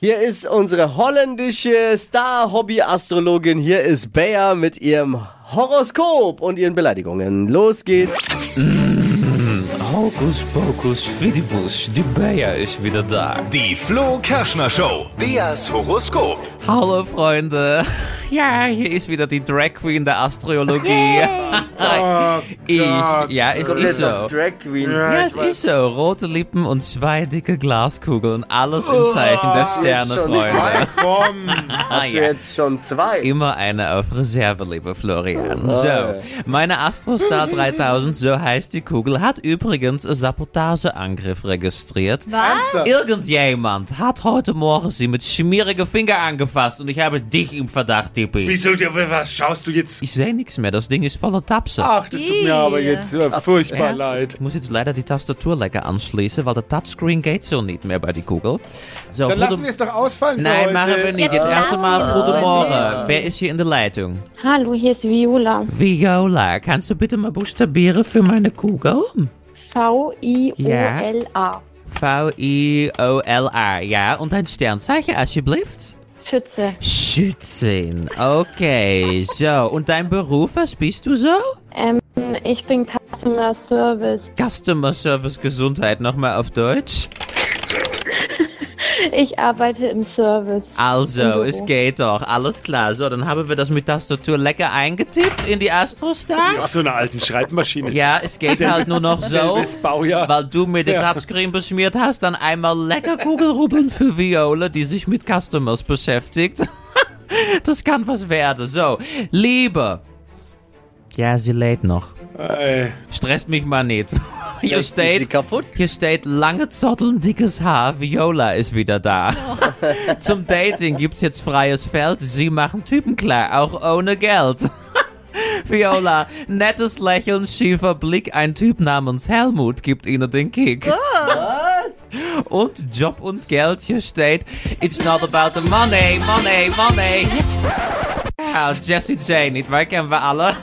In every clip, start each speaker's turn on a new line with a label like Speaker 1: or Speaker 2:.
Speaker 1: Hier ist unsere holländische Star-Hobby-Astrologin. Hier ist Bea mit ihrem Horoskop und ihren Beleidigungen. Los geht's.
Speaker 2: Hocus pocus fidibus, de Bea ist wieder da.
Speaker 3: Die Flo Kerschner Show. Beas Horoskop.
Speaker 2: Hallo Freunde. Ja, hier ist wieder die Drag Queen der Astrologie. ich, ja, es ist so.
Speaker 1: Oh Drag Queen.
Speaker 2: Ja, es ist so. Rote Lippen und zwei dicke Glaskugeln. Alles im Zeichen der Sterne,
Speaker 1: Oh, schon
Speaker 2: Freunde.
Speaker 4: Komm,
Speaker 2: Ah,
Speaker 1: Hast du
Speaker 2: ja.
Speaker 1: jetzt schon zwei?
Speaker 2: Immer eine auf Reserve, lieber Florian.
Speaker 5: Oh.
Speaker 2: So, meine Astrostar 3000, so heißt die Kugel, hat übrigens einen Sabotageangriff registriert.
Speaker 4: ernsthaft?
Speaker 2: Irgendjemand hat heute Morgen sie mit schmierigen Finger angefasst und ich habe dich im Verdacht, Tippi.
Speaker 4: Wieso, dir- was schaust du jetzt?
Speaker 2: Ich sehe nichts mehr, das Ding ist voller Tapse.
Speaker 4: Ach, das tut mir aber jetzt äh, furchtbar Ah, leid.
Speaker 2: Ich muss jetzt leider die Tastatur lecker anschließen, weil der Touchscreen geht so nicht mehr bei die Kugel. So,
Speaker 4: Dann
Speaker 2: gute-
Speaker 4: lassen wir es doch ausfallen für
Speaker 2: Nein,
Speaker 4: heute.
Speaker 2: machen wir nicht. Jetzt
Speaker 5: Jetzt
Speaker 2: erst
Speaker 5: lassen
Speaker 2: einmal
Speaker 5: wir es
Speaker 2: guten
Speaker 5: heute.
Speaker 2: Morgen. Wer ist hier in der Leitung?
Speaker 6: Hallo, hier ist Viola.
Speaker 2: Viola, kannst du bitte mal buchstabieren für meine Kugel?
Speaker 6: V-I-O-L-A.
Speaker 2: V-I-O-L-A, ja. Und ein Sternzeichen, alsjeblieft.
Speaker 6: Schütze.
Speaker 2: Schützin. Okay, so. Und dein Beruf, was bist du so?
Speaker 6: Ähm, ich bin Customer Service.
Speaker 2: Customer Service Gesundheit, nochmal auf Deutsch.
Speaker 6: Ich arbeite im Service.
Speaker 2: Also,
Speaker 6: Hallo.
Speaker 2: es geht doch. Alles klar. So, dann haben wir das mit Tastatur lecker eingetippt in die
Speaker 4: Ach,
Speaker 2: Astrostar.
Speaker 4: so eine alten Schreibmaschine.
Speaker 2: Ja, es geht halt nur noch so.
Speaker 4: Selbes Baujahr.
Speaker 2: Weil du mir den
Speaker 4: Ja.
Speaker 2: Touchscreen beschmiert hast, dann einmal lecker Kugelrubbeln für Viola, die sich mit Customers beschäftigt. Das kann was werden. So, Liebe. Ja, sie lädt noch.
Speaker 4: Ey,
Speaker 2: Stresst mich mal nicht. Hier
Speaker 1: Ist die
Speaker 2: steht,
Speaker 1: kaputt?
Speaker 2: hier steht lange Zotteln, dickes Haar, Viola ist wieder da. Zum Dating gibt's jetzt freies Feld, sie machen Typen klar, auch ohne Geld. Viola, nettes Lächeln, schiefer Blick, ein Typ namens Helmut gibt ihnen den Kick. Was? Und Job und Geld, hier steht, it's not about the money, money, money. Ja, Jesse J, nicht wahr, kennen wir alle.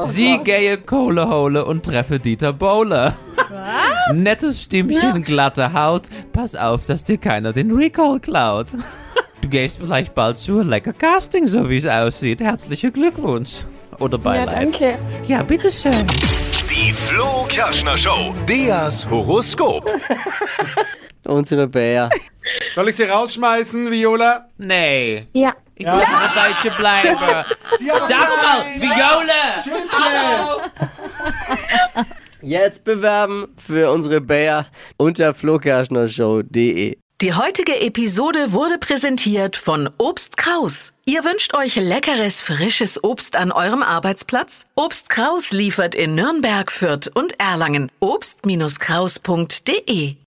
Speaker 6: Oh
Speaker 2: Sie gehe Kohle hole und treffe Dieter Bohle. Nettes Stimmchen, glatte Haut. Pass auf, dass dir keiner den Recall klaut. Du gehst vielleicht bald zu lecker Casting, so wie es aussieht. Herzlichen Glückwunsch. Oder
Speaker 6: ja,
Speaker 2: Beileid.
Speaker 6: danke.
Speaker 2: Ja, bitteschön.
Speaker 3: Die Flo Kerschner Show. Beas Horoskop.
Speaker 1: Unsere Bea.
Speaker 4: soll ich sie rausschmeißen, Viola?
Speaker 2: Nee,
Speaker 6: Ja.
Speaker 2: ich muss noch ein Deutsche bleiben. Sag mal, Viole!
Speaker 1: Jetzt bewerben für unsere Bea unter flokerschnershow.de.
Speaker 7: Die heutige Episode wurde präsentiert von Obst Kraus. Ihr wünscht euch leckeres, frisches Obst an eurem Arbeitsplatz? Obst Kraus liefert in Nürnberg, Fürth und Erlangen. Obst-Kraus.de